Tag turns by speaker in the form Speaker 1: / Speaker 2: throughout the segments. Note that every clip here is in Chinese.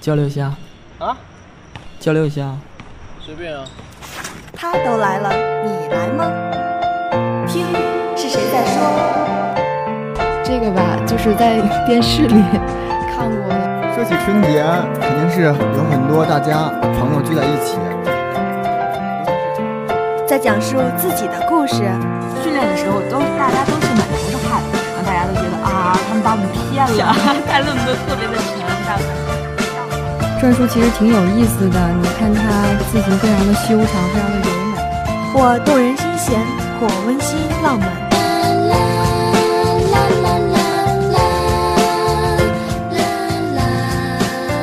Speaker 1: 交流一下，
Speaker 2: 啊，
Speaker 1: 交流一下。
Speaker 2: 随便啊。
Speaker 3: 他都来了，你来吗？听是谁在说？
Speaker 4: 这个吧，就是在电视里看过 的。
Speaker 5: 说起春节，肯定是有很多大家朋友聚在一起。
Speaker 3: 在讲述自己的故事。
Speaker 6: 训练的时候都大家都是满头是汗，然后大家都觉得啊，他们把我们骗了，带论文特别的沉，大
Speaker 4: 篆书其实挺有意思的，你看它字形非常的修长，非常的柔美。
Speaker 3: 或动人心弦，或温馨浪漫。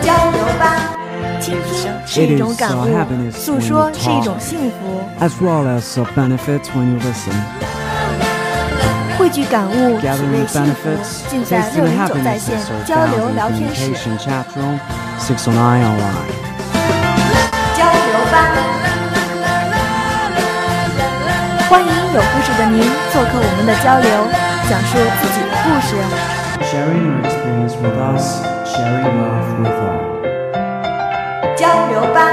Speaker 3: 交流吧，倾听是一种感悟
Speaker 7: It is a happiness when you，
Speaker 3: 诉说是一种幸福，
Speaker 7: as well as the benefits when you listen.
Speaker 3: 汇聚感悟，体
Speaker 7: Gathering
Speaker 3: 味
Speaker 7: the
Speaker 3: 幸福
Speaker 7: benefits,，
Speaker 3: 尽
Speaker 7: tasting
Speaker 3: 在六
Speaker 7: the
Speaker 3: 零九在
Speaker 7: happiness
Speaker 3: 线
Speaker 7: is our
Speaker 3: 交流
Speaker 7: found
Speaker 3: 聊
Speaker 7: in
Speaker 3: 天室。
Speaker 7: communication chat room, 609 online.
Speaker 3: 交流吧。欢迎有故事的您做客我们的交流，讲述自己的故事。
Speaker 7: Sharing your experience with us, sharing love with all.
Speaker 3: 交流吧，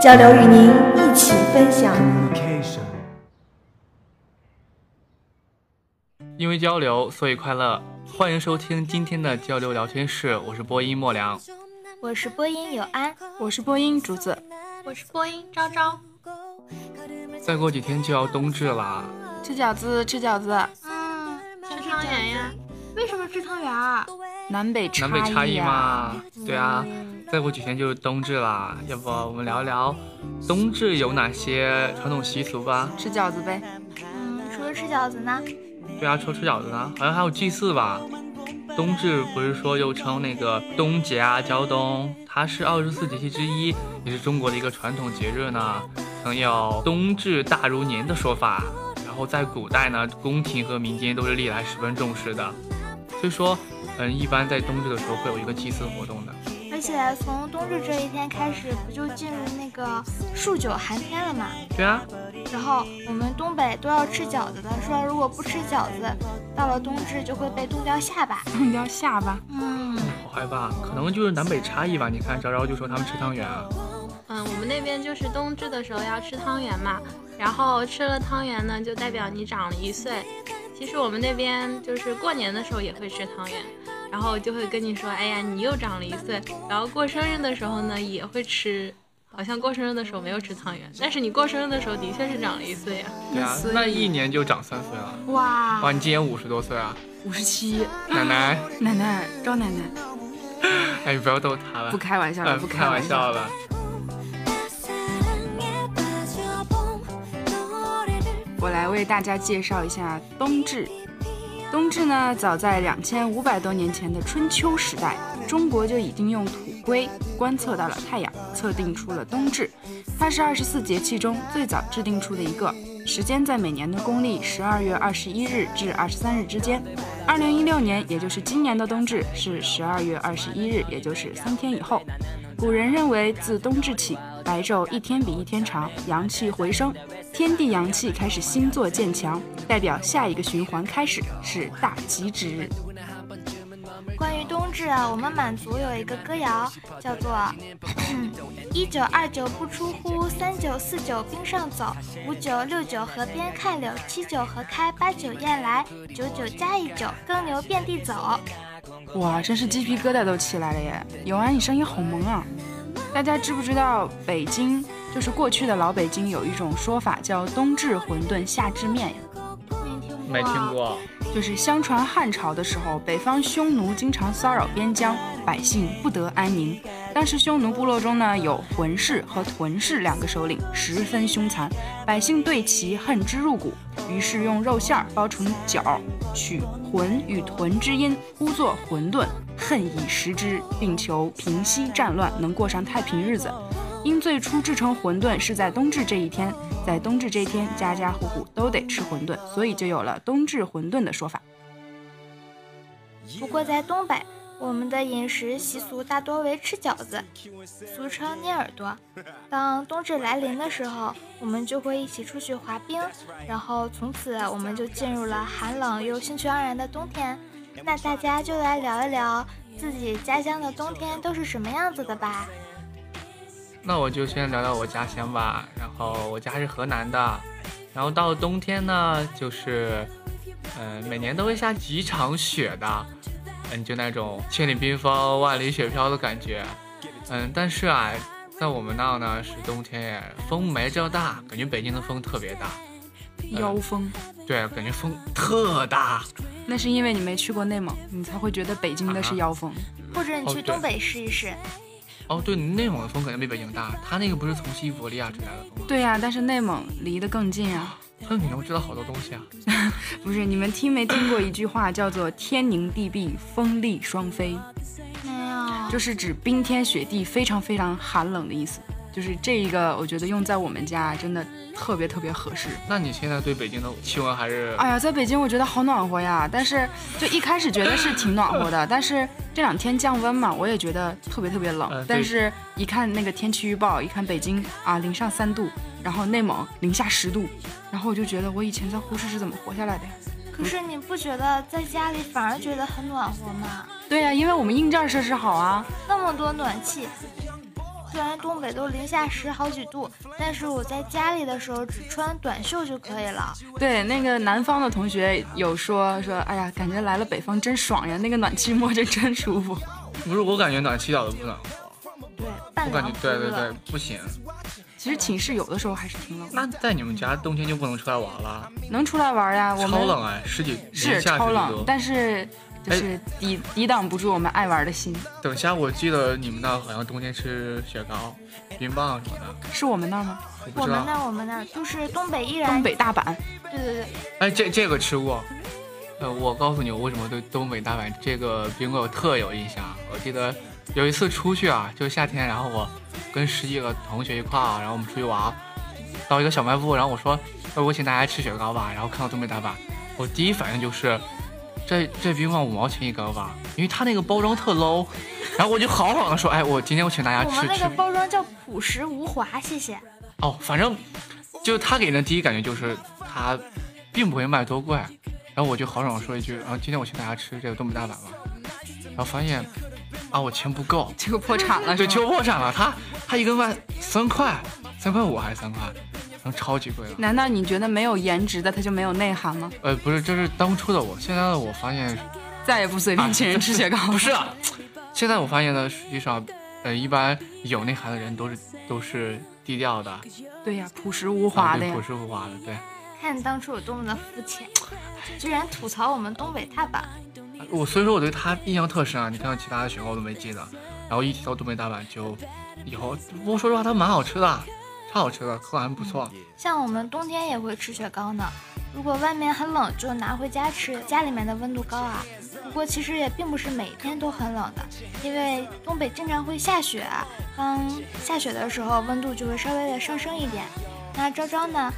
Speaker 3: 交流与您一起分享。
Speaker 7: Communication.
Speaker 8: 因为交流，所以快乐。呃欢迎收听今天的交流聊天室，我是播音莫良。
Speaker 9: 我是播音有安，
Speaker 10: 我是播音竹子，
Speaker 9: 我是播音昭昭。
Speaker 8: 再过几天就要冬至啦，
Speaker 10: 吃饺子，吃饺子，
Speaker 9: 嗯，吃汤圆呀？为什么吃汤圆啊？
Speaker 10: 南北差
Speaker 8: 南北差异
Speaker 10: 异啊
Speaker 8: 嘛，对啊，再过几天就是冬至啦，要不我们聊一聊冬至有哪些传统习俗吧？
Speaker 10: 吃饺子呗。
Speaker 9: 嗯，除了吃饺子呢？
Speaker 8: 对啊，除了吃饺子呢，好像还有祭祀吧。冬至不是说又称那个冬节啊、交冬，它是二十四节气之一，也是中国的一个传统节日呢。曾有“冬至大如年”的说法。然后在古代呢，宫廷和民间都是历来十分重视的，所以说，嗯，一般在冬至的时候会有一个祭祀活动的。
Speaker 9: 而且从冬至这一天开始，不就进入那个数九寒天了嘛？
Speaker 8: 对啊，
Speaker 9: 然后我们东北都要吃饺子的，说如果不吃饺子，到了冬至就会被冻掉下巴。
Speaker 10: 碰掉下巴，
Speaker 9: 嗯，
Speaker 8: 好害怕，可能就是南北差异吧。你看，昭昭就说他们吃汤圆啊，
Speaker 11: 嗯，我们那边就是冬至的时候要吃汤圆嘛，然后吃了汤圆呢，就代表你长了一岁。其实我们那边就是过年的时候也会吃汤圆，然后就会跟你说，哎呀，你又长了一岁。然后过生日的时候呢，也会吃，好像过生日的时候没有吃汤圆，但是你过生日的时候的确是长了一岁呀、
Speaker 8: 对啊，那一年就长三岁了。
Speaker 9: 哇，
Speaker 8: 哇，你今年五十多岁啊，
Speaker 10: 五十七，
Speaker 8: 奶奶，
Speaker 10: 奶奶，赵奶奶，
Speaker 8: 哎，你不要逗他了
Speaker 10: 不，开玩笑了，
Speaker 8: 哎
Speaker 10: 不
Speaker 8: 开
Speaker 10: 玩
Speaker 8: 玩笑了。
Speaker 10: 我来为大家介绍一下冬至。冬至呢，早在两千五百多年前的春秋时代，中国就已经用土龟观测到了太阳，测定出了冬至。它是二十四节气中最早制定出的一个，时间在每年的公历十二月二十一日至二十三日之间。二零一六年，也就是今年的冬至是十二月二十一日，也就是三天以后。古人认为，自冬至起，白昼一天比一天长，阳气回升，天地阳气开始星座渐强，代表下一个循环开始是大吉之日。
Speaker 9: 关于冬至啊，我们满族有一个歌谣，叫做“一九二九不出户，三九四九冰上走，五九六九河边看柳，七九河开，八九雁来，九九加一九，耕牛遍地走
Speaker 10: 哇，真是鸡皮疙瘩都起来了耶！永安，你声音好萌啊！大家知不知道北京，就是过去的老北京有一种说法叫冬至馄饨夏至面呀？”。
Speaker 8: 没听过，
Speaker 10: 就是相传汉朝的时候，北方匈奴经常骚扰边疆，百姓不得安宁。当时匈奴部落中呢，有浑氏和屯氏两个首领，十分凶残，百姓对其恨之入骨。于是用肉馅儿包成饺，取浑与屯之音，呼作馄饨，恨以食之，并求平息战乱，能过上太平日子。因最初制成馄饨是在冬至这一天，在冬至这一天，家家户户都得吃馄饨，所以就有了冬至馄饨的说法。
Speaker 9: 不过在东北，我们的饮食习俗大多为吃饺子，俗称捏耳朵。当冬至来临的时候，我们就会一起出去滑冰，然后从此我们就进入了寒冷又兴趣盎然的冬天。那大家就来聊一聊自己家乡的冬天都是什么样子的吧。
Speaker 8: 那我就先聊聊我家乡吧。然后我家是河南的，然后到冬天呢，就是，呃，每年都会下几场雪的，嗯，就那种千里冰封、万里雪飘的感觉。嗯，但是啊，在我们那儿呢是冬天耶，风没这大，感觉北京的风特别大。
Speaker 10: 妖风，
Speaker 8: 对，感觉风特大。
Speaker 10: 那是因为你没去过内蒙，你才会觉得北京的是妖风。
Speaker 9: 或者你
Speaker 8: 哦
Speaker 9: 去
Speaker 8: 对
Speaker 9: 东北试一试，
Speaker 8: 哦，对，内蒙的风肯定比北京大，它那个不是从西伯利亚吹来的风吗？
Speaker 10: 对呀、但是内蒙离得更近啊。
Speaker 8: 那你能知道好多东西啊。
Speaker 10: 不是，你们听没听过一句话叫做“天宁地闭，风力双飞
Speaker 9: 没”，有，
Speaker 10: 就是指冰天雪地，非常非常寒冷的意思。就是这一个，我觉得用在我们家真的特别特别合适。
Speaker 8: 那你现在对北京的气温还是
Speaker 10: 哎呀，在北京我觉得好暖和呀，但是就一开始觉得是挺暖和的，但是这两天降温嘛，我也觉得特别特别冷。
Speaker 8: 呃对
Speaker 10: 但是一看那个天气预报，一看北京啊零上三度，然后内蒙零下十度，然后我就觉得我以前在呼市是怎么活下来的呀？
Speaker 9: 可是你不觉得在家里反而觉得很暖和吗？
Speaker 10: 对呀、因为我们硬件设施好啊。
Speaker 9: 那么多暖气，虽然东北都零下十好几度，但是我在家里的时候只穿短袖就可以了。
Speaker 10: 对，那个南方的同学有说说，哎呀，感觉来了北方真爽呀，那个暖气 摸着真舒服。
Speaker 8: 不是？我感觉暖气岛都不暖和，
Speaker 9: 对，半
Speaker 8: 我感
Speaker 9: 凉
Speaker 8: 觉
Speaker 9: 不
Speaker 8: 对对对
Speaker 9: 热。，
Speaker 8: 不行。
Speaker 10: 其实寝室有的时候还是挺冷的，
Speaker 8: 那在你们家冬天就不能出来玩了，
Speaker 10: 能出来玩呀。我们
Speaker 8: 超冷哎，十几
Speaker 10: 是
Speaker 8: 零下十
Speaker 10: 超
Speaker 8: 几
Speaker 10: 冷，
Speaker 8: 度。
Speaker 10: 但是就是
Speaker 8: 哎
Speaker 10: 抵抵挡不住我们爱玩的心。
Speaker 8: 等下我记得你们那儿好像冬天吃雪糕、冰棒什么的，
Speaker 10: 是我们那儿吗？
Speaker 8: 我不
Speaker 9: 我
Speaker 8: 知
Speaker 9: 们
Speaker 8: 道。啊
Speaker 9: 那儿我们那儿就是东北依
Speaker 11: 啊
Speaker 10: 东
Speaker 9: 然
Speaker 10: 北大阪，
Speaker 9: 对对对，
Speaker 8: 哎，这这个吃过。呃，我告诉你，我为什么对东北大阪这个冰棍我特有印象。我记得有一次出去啊，就夏天，然后我跟十几个同学一块儿啊，然后我们出去玩，到一个小卖部，然后我说，呃我请大家吃雪糕吧。然后看到东北大阪，我第一反应就是，这这冰棒五毛钱一根吧，因为它那个包装特 low。然后我就豪爽的说，哎，我今天我请大家
Speaker 9: 我
Speaker 8: 吃
Speaker 9: 们那
Speaker 8: 吃
Speaker 9: 个包装叫朴实无华，谢谢。
Speaker 8: 哦，反正就他给人的第一感觉就是他并不会卖多贵，然后我就豪爽地说一句，然后今天我请大家吃这个东北大板吧，然后发现啊我钱不够，
Speaker 10: 结果破产 了，
Speaker 8: 对，
Speaker 10: 是吗
Speaker 8: 就破产了，他他一个卖三块，三块五还是三块，然后超级贵了。
Speaker 10: 难道你觉得没有颜值的他就没有内涵吗？
Speaker 8: 呃，不是，这是当初的我，现在的我发现
Speaker 10: 再也不随便请人吃雪糕了。
Speaker 8: 啊 不是，啊，现在我发现呢，实际上，呃，一般有内涵的人都是都是低调的，
Speaker 10: 对呀，朴实无华的
Speaker 8: 啊对
Speaker 10: 呀
Speaker 8: 朴。实无华的，对。
Speaker 9: 看你当初有多么的肤浅，居然吐槽我们东北大阪。
Speaker 8: 我所以说我对他印象特深啊，你看其他的雪糕我都没记得，然后一提到东北大阪就以后，不过说实话它蛮好吃的，超好吃的，口感不错。
Speaker 9: 像我们冬天也会吃雪糕呢。如果外面很冷，就拿回家吃，家里面的温度高啊。不过其实也并不是每天都很冷的，因为东北经常会下雪啊，当下雪的时候，温度就会稍微的上升一点。那昭昭呢，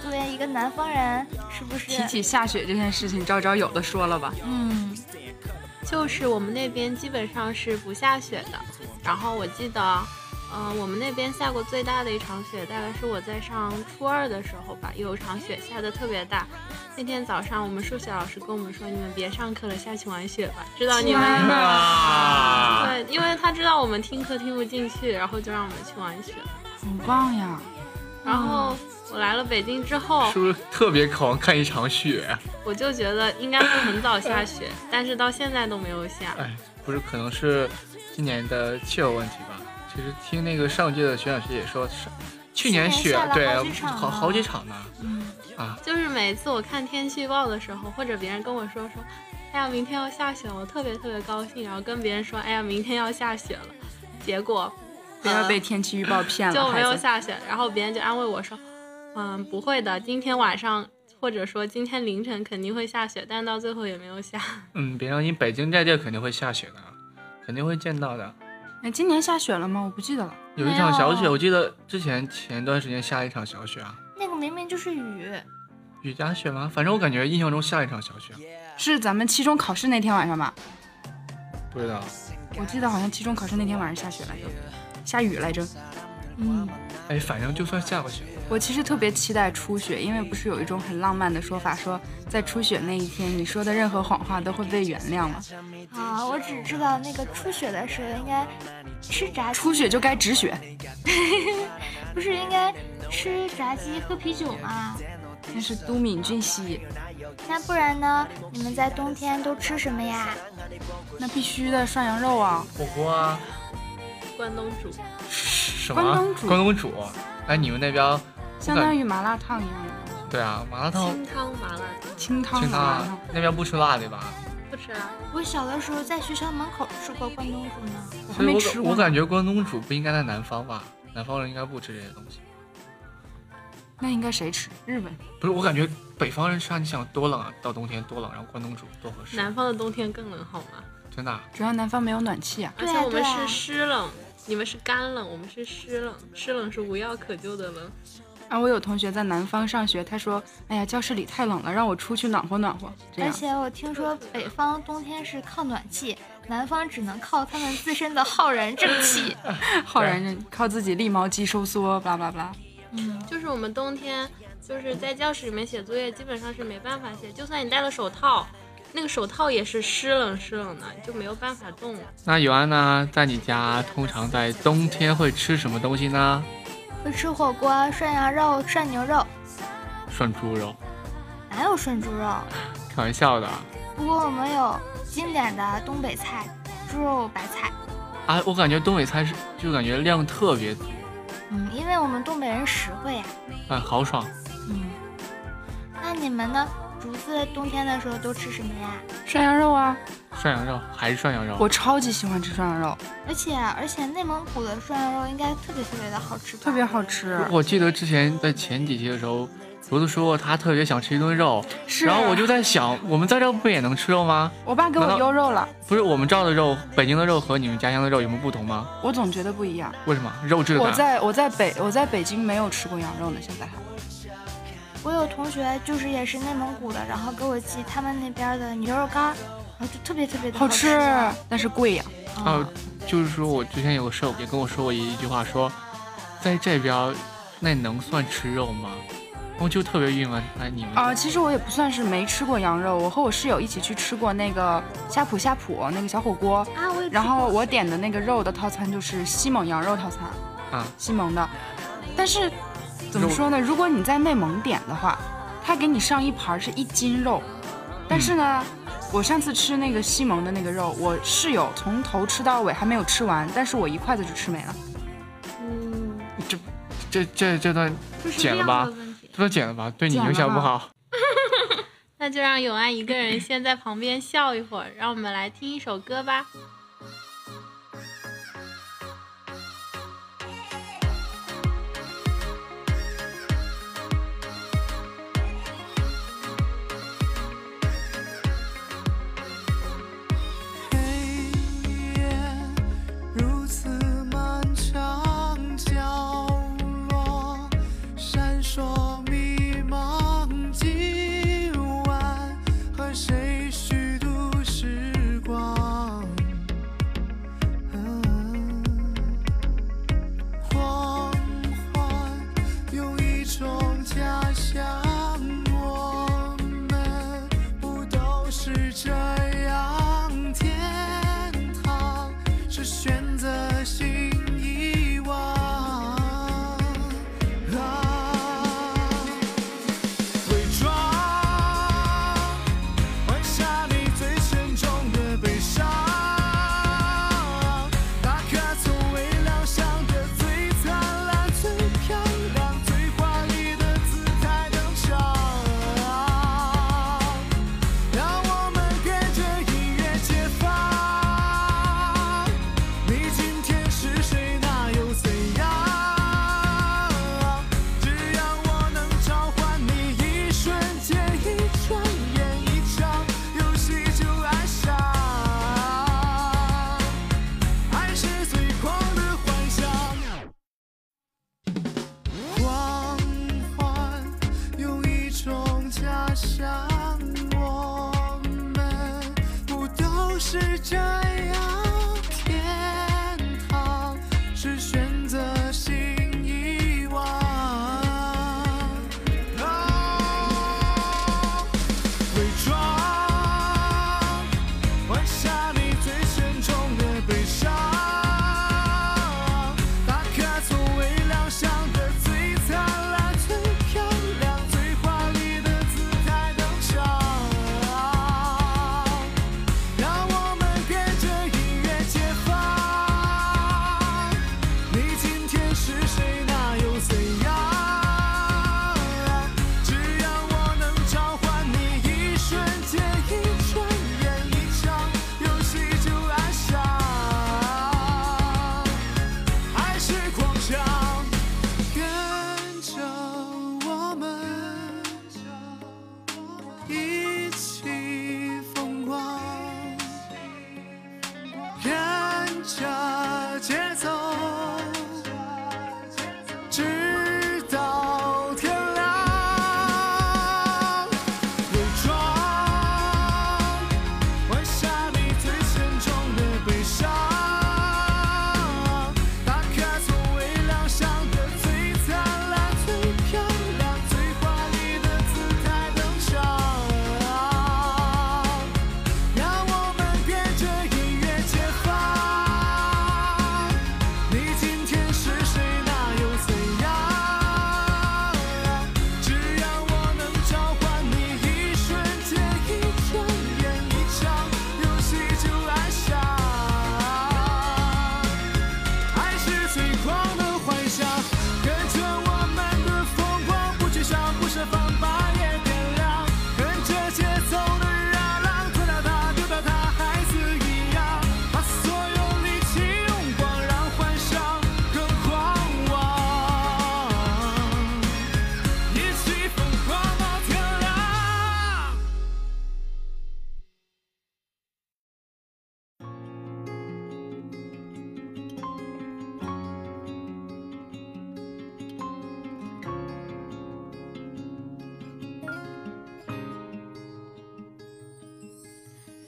Speaker 9: 作为一个南方人，是不是？
Speaker 10: 提起下雪这件事情，昭昭有的说了吧？
Speaker 9: 嗯，
Speaker 11: 就是我们那边基本上是不下雪的。然后我记得，嗯、我们那边下过最大的一场雪，大概是我在上初二的时候吧，有一场雪下的特别大。那天早上，我们数学老师跟我们说：“你们别上课了，下去玩雪吧。”知道你们
Speaker 8: 啊！
Speaker 11: 对，因为他知道我们听课听不进去，然后就让我们去玩雪。
Speaker 10: 好棒呀！
Speaker 11: 然后我来了北京之后
Speaker 8: 是，不是特别渴望看一场雪？
Speaker 11: 我就觉得应该会很早下雪，但是到现在都没有下。
Speaker 8: 哎，不是，可能是今年的气候问题吧。其实听那个上届的学长学姐说，是去年
Speaker 9: 去
Speaker 8: 雪
Speaker 9: 年下了
Speaker 8: 对
Speaker 9: 好几场啊呢
Speaker 8: 好好几场呢。
Speaker 11: 就是每次我看天气预报的时候，或者别人跟我说说，哎呀，明天要下雪了，我特别特别高兴，然后跟别人说，哎呀，明天要下雪了，结果
Speaker 10: 不要被天气预报骗
Speaker 11: 嗯
Speaker 10: 了，
Speaker 11: 就没
Speaker 10: 孩
Speaker 11: 有
Speaker 10: 子。
Speaker 11: 下雪，然后别人就安慰我说，嗯，不会的，今天晚上或者说今天凌晨肯定会下雪，但到最后也没有下。
Speaker 8: 嗯，别让你北京这地儿肯定会下雪的，肯定会见到的。
Speaker 10: 哎，今年下雪了吗？我不记得了。
Speaker 8: 有一场小
Speaker 9: 没
Speaker 8: 雪，
Speaker 9: 有
Speaker 8: 我记得之前前段时间下一场小雪啊，
Speaker 9: 那个明明就是雨，
Speaker 10: 哎
Speaker 8: 雨夹雪吗？反正我感觉印象中下一场小雪。
Speaker 10: 是咱们期中考试那天晚上吧？
Speaker 8: 对的。
Speaker 10: 我记得好像期中考试那天晚上下雪来着，下雨来着。嗯，
Speaker 8: 哎，反正就算下过雪，
Speaker 10: 我其实特别期待初雪，因为不是有一种很浪漫的说法，说在初雪那一天，你说的任何谎话都会被原谅吗？
Speaker 9: 啊，我只知道那个初雪的时候应该吃炸鸡，
Speaker 10: 初雪就该止雪，
Speaker 9: 不是应该吃炸鸡喝啤酒吗？
Speaker 10: 那是都敏俊熙，
Speaker 9: 那不然呢？你们在冬天都吃什么呀？
Speaker 10: 那必须的涮羊肉啊！
Speaker 8: 火锅啊，
Speaker 11: 关东煮。
Speaker 8: 什么啊
Speaker 10: 关东煮
Speaker 8: 关东煮？哎，你们那边
Speaker 10: 相当于麻辣烫一样的
Speaker 8: 对啊，麻辣
Speaker 9: 哦
Speaker 8: 烫、
Speaker 11: 清汤麻辣烫，
Speaker 10: 清汤
Speaker 8: 清
Speaker 10: 麻
Speaker 8: 汤
Speaker 10: 辣
Speaker 8: 啊
Speaker 10: 烫。，
Speaker 8: 那边不吃辣的吧？
Speaker 11: 不吃啊辣的。
Speaker 9: 我小的时候在学校门口吃过关东煮呢。
Speaker 10: 我还
Speaker 8: 所以
Speaker 10: 没
Speaker 8: 我
Speaker 10: 吃
Speaker 8: 感
Speaker 10: 过
Speaker 8: 我
Speaker 10: 呢，
Speaker 8: 感觉关东煮不应该在南方吧？南方人应该不吃这些东西。
Speaker 10: 那应该谁吃？日本。
Speaker 8: 不是，我感觉北方人吃啊，你想多冷啊，到冬天多冷，然后关东煮多合适，
Speaker 11: 南方的冬天更冷好吗？
Speaker 8: 真的啊、
Speaker 10: 主要南方没有暖气啊，
Speaker 11: 而
Speaker 9: 对啊
Speaker 11: 且我们
Speaker 9: 对啊
Speaker 11: 是湿冷，你们是干冷，我们是湿冷，湿冷是无药可救的冷。
Speaker 10: 啊，我有同学在南方上学，他说：“哎呀，教室里太冷了，让我出去暖和暖和。”这
Speaker 9: 而
Speaker 10: 样，
Speaker 9: 且我听说北方冬天是靠暖气，南方只能靠他们自身的浩然正气。
Speaker 10: 浩然人靠自己立毛肌收缩，巴拉巴拉。
Speaker 11: 就是我们冬天就是在教室里面写作业，基本上是没办法写，就算你戴了手套，那个手套也是湿冷湿冷的，就没有办法动了。
Speaker 8: 那有安呢，在你家通常在冬天会吃什么东西呢？
Speaker 9: 会吃火锅、啊涮羊肉、涮牛肉，
Speaker 8: 涮猪肉，
Speaker 9: 哪有涮猪肉？啊
Speaker 8: 开玩笑的啊
Speaker 9: 不过我们有经典的东北菜，猪肉白菜。
Speaker 8: 啊！我感觉东北菜是就感觉量特别，
Speaker 9: 嗯，因为我们东北人实惠呀、
Speaker 8: 嗯，豪爽。
Speaker 9: 那你们呢？竹子冬天的时候都吃什么呀？
Speaker 10: 涮羊肉啊，
Speaker 8: 涮羊肉还是涮羊肉？
Speaker 10: 我超级喜欢吃涮羊肉，
Speaker 9: 而且而且内蒙古的涮羊肉应该特别特别的好吃吧，
Speaker 10: 特别好吃。
Speaker 8: 我记得之前在前几期的时候，竹子说过他特别想吃一顿肉，
Speaker 10: 是，啊
Speaker 8: 然后我就在想，我们在这不也能吃肉吗？
Speaker 10: 我爸给
Speaker 8: 难
Speaker 10: 我
Speaker 8: 道
Speaker 10: 邮肉了，
Speaker 8: 不是我们照的肉，北京的肉和你们家乡的肉有什么不同吗？
Speaker 10: 我总觉得不一样。
Speaker 8: 为什么肉质
Speaker 10: 我
Speaker 8: 感？
Speaker 10: 在我在北我在北京没有吃过羊肉呢，现在还
Speaker 9: 我有同学就是也是内蒙古的，然后给我寄他们那边的牛肉干儿，然后就特别特别的
Speaker 10: 好
Speaker 9: 吃。
Speaker 10: 吃，啊但是贵呀。
Speaker 8: 啊，就是说我之前有个舍友也跟我说过一句话说，在这边儿那能算吃肉吗？我就特别郁闷，哎，你们
Speaker 10: 啊，其实我也不算是没吃过羊肉，我和我室友一起去吃过那个呷哺呷哺那个小火锅，
Speaker 9: 啊，我也吃
Speaker 10: 然后
Speaker 9: 过
Speaker 10: 我点的那个肉的套餐就是西蒙羊肉套餐，
Speaker 8: 啊，
Speaker 10: 西蒙的。但是怎么说呢？如果你在内蒙点的话，他给你上一盘是一斤肉，但是呢，我上次吃那个西蒙的那个肉，我室友从头吃到尾还没有吃完，但是我一筷子就吃没了。
Speaker 11: 嗯，
Speaker 8: 这这这段
Speaker 11: 就是
Speaker 8: 剪了
Speaker 11: 量
Speaker 8: 吧
Speaker 11: 的问题。
Speaker 8: 这段剪了吧，对你
Speaker 10: 剪了
Speaker 8: 影响不
Speaker 10: 吧
Speaker 8: 好。
Speaker 11: 那就让永安一个人先在旁边笑一会儿，让我们来听一首歌吧。
Speaker 2: 黑夜如此漫长，角落闪烁迷茫，今晚和谁虚度时光？狂欢用一种假象，我们不都是这样？天堂是选择性遗忘。啊，伪装，换下你最沉重的悲伤，那颗从未料想的最灿烂、最漂亮、最华丽的姿态登场。让我们跟着音乐解放，你今天是谁，那又怎样？只要我能召唤你，一瞬间，一转眼，一场游戏就爱上。爱是最狂的幻想。狂欢用一种假象，我们不都是这样？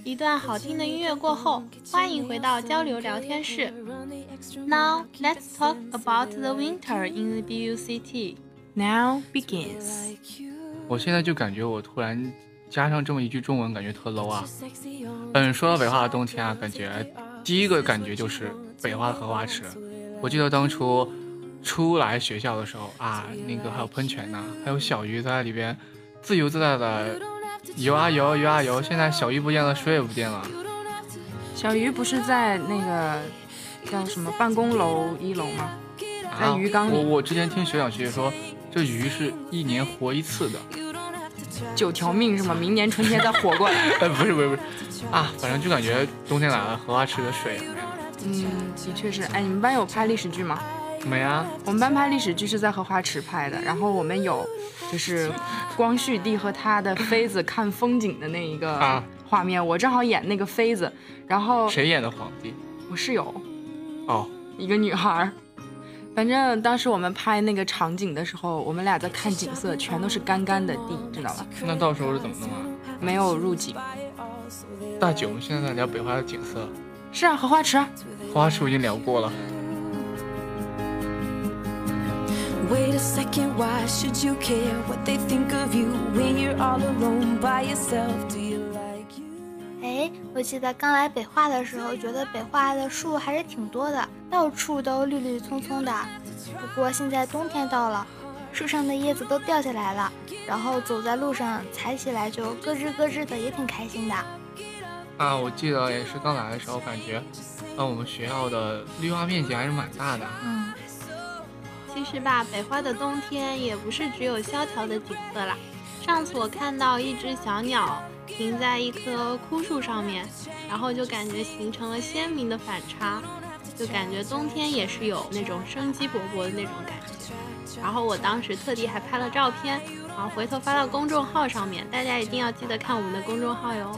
Speaker 11: 一段好听的音乐过后，欢迎回到交流聊天室。Now let's talk about the winter in the BUCT.
Speaker 10: Now begins.
Speaker 8: 我现在就感觉我突然加上这么一句中文，感觉特 low 啊。嗯，说到北化的冬天啊，感觉第一个感觉就是北化荷花池。我记得当初初来学校的时候啊，那个还有喷泉呐、还有小鱼在里边自由自在的游啊游游啊游。现在小鱼不见了，水也不见了。
Speaker 10: 小鱼不是在那个叫什么办公楼一楼吗？
Speaker 8: 啊
Speaker 10: 在鱼缸
Speaker 8: 我
Speaker 10: 里，
Speaker 8: 我之前听学长学姐说，这鱼是一年活一次的。
Speaker 10: 九条命是吗？明年春天再活过来。
Speaker 8: 呃，不是不是不是啊，反正就感觉冬天来了，荷花池的水也没了。
Speaker 10: 嗯，的确是。哎，你们班有拍历史剧吗？
Speaker 8: 没啊，
Speaker 10: 我们班拍历史剧是在荷花池拍的，然后我们有就是光绪帝和他的妃子看风景的那一个
Speaker 8: 啊
Speaker 10: 画面，我正好演那个妃子，然后
Speaker 8: 谁演的皇帝？
Speaker 10: 我室友
Speaker 8: 哦，
Speaker 10: 一个女孩儿。反正当时我们拍那个场景的时候，我们俩在看景色，全都是干干的地，知道吧？
Speaker 8: 那到时候是怎么弄啊？
Speaker 10: 没有入景。
Speaker 8: 大九，我们现在在聊北花的景色，
Speaker 10: 是啊，荷花池啊。
Speaker 8: 荷花池我已经聊过了。
Speaker 12: Wait a second, why should you care what they think of you when you're all alone by yourself? Do you like
Speaker 9: 哎，我记得刚来北化的时候，觉得北化的树还是挺多的，到处都绿绿葱葱的。不过现在冬天到了，树上的叶子都掉下来了，然后走在路上踩起来就咯吱咯吱的，也挺开心的。
Speaker 8: 啊，我记得也是刚来的时候，感觉，啊，我们学校的绿化面积还是蛮大的。
Speaker 11: 嗯，其实吧，北花的冬天也不是只有萧条的景色啦。上次我看到一只小鸟停在一棵枯树上面，然后就感觉形成了鲜明的反差，就感觉冬天也是有那种生机勃勃的那种感觉。然后我当时特地还拍了照片，然后回头发到公众号上面，大家一定要记得看我们的公众号哟。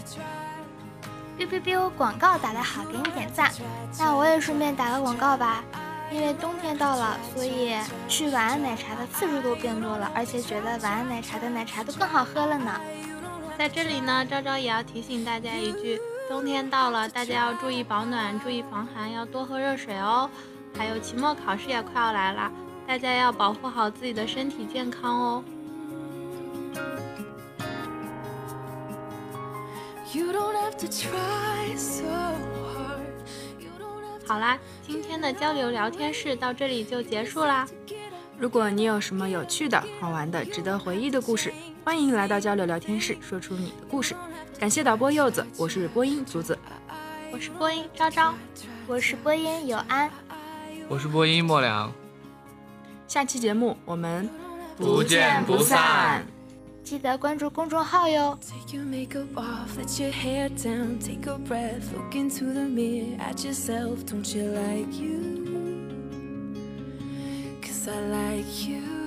Speaker 9: biu biu biu，广告打得好，给你点赞。那我也顺便打个广告吧，因为冬天到了，所以去晚安奶茶的次数都变多了，而且觉得晚安奶茶的奶茶都更好喝了呢。
Speaker 11: 在这里呢，昭昭也要提醒大家一句：冬天到了，大家要注意保暖，注意防寒，要多喝热水哦。还有期末考试也快要来了，大家要保护好自己的身体健康哦。
Speaker 12: you don't have to try so hard?
Speaker 11: 好啦，今天的交流聊天室到这里就结束啦。
Speaker 10: 如果你有什么有趣的、好玩的、值得回忆的故事，欢迎来到交流聊天室，说出你的故事。感谢导播柚子，我是播音竹子，
Speaker 11: 我是播音昭昭，
Speaker 9: 我是播音有安，
Speaker 8: 我是播音莫良，
Speaker 10: 下期节目我们
Speaker 8: 不见不散。
Speaker 9: 记得关注公众号哟。
Speaker 12: Take your makeup off, let your hair down, take a breath, look into the mirror at yourself. Don't you like you? Cause I like you.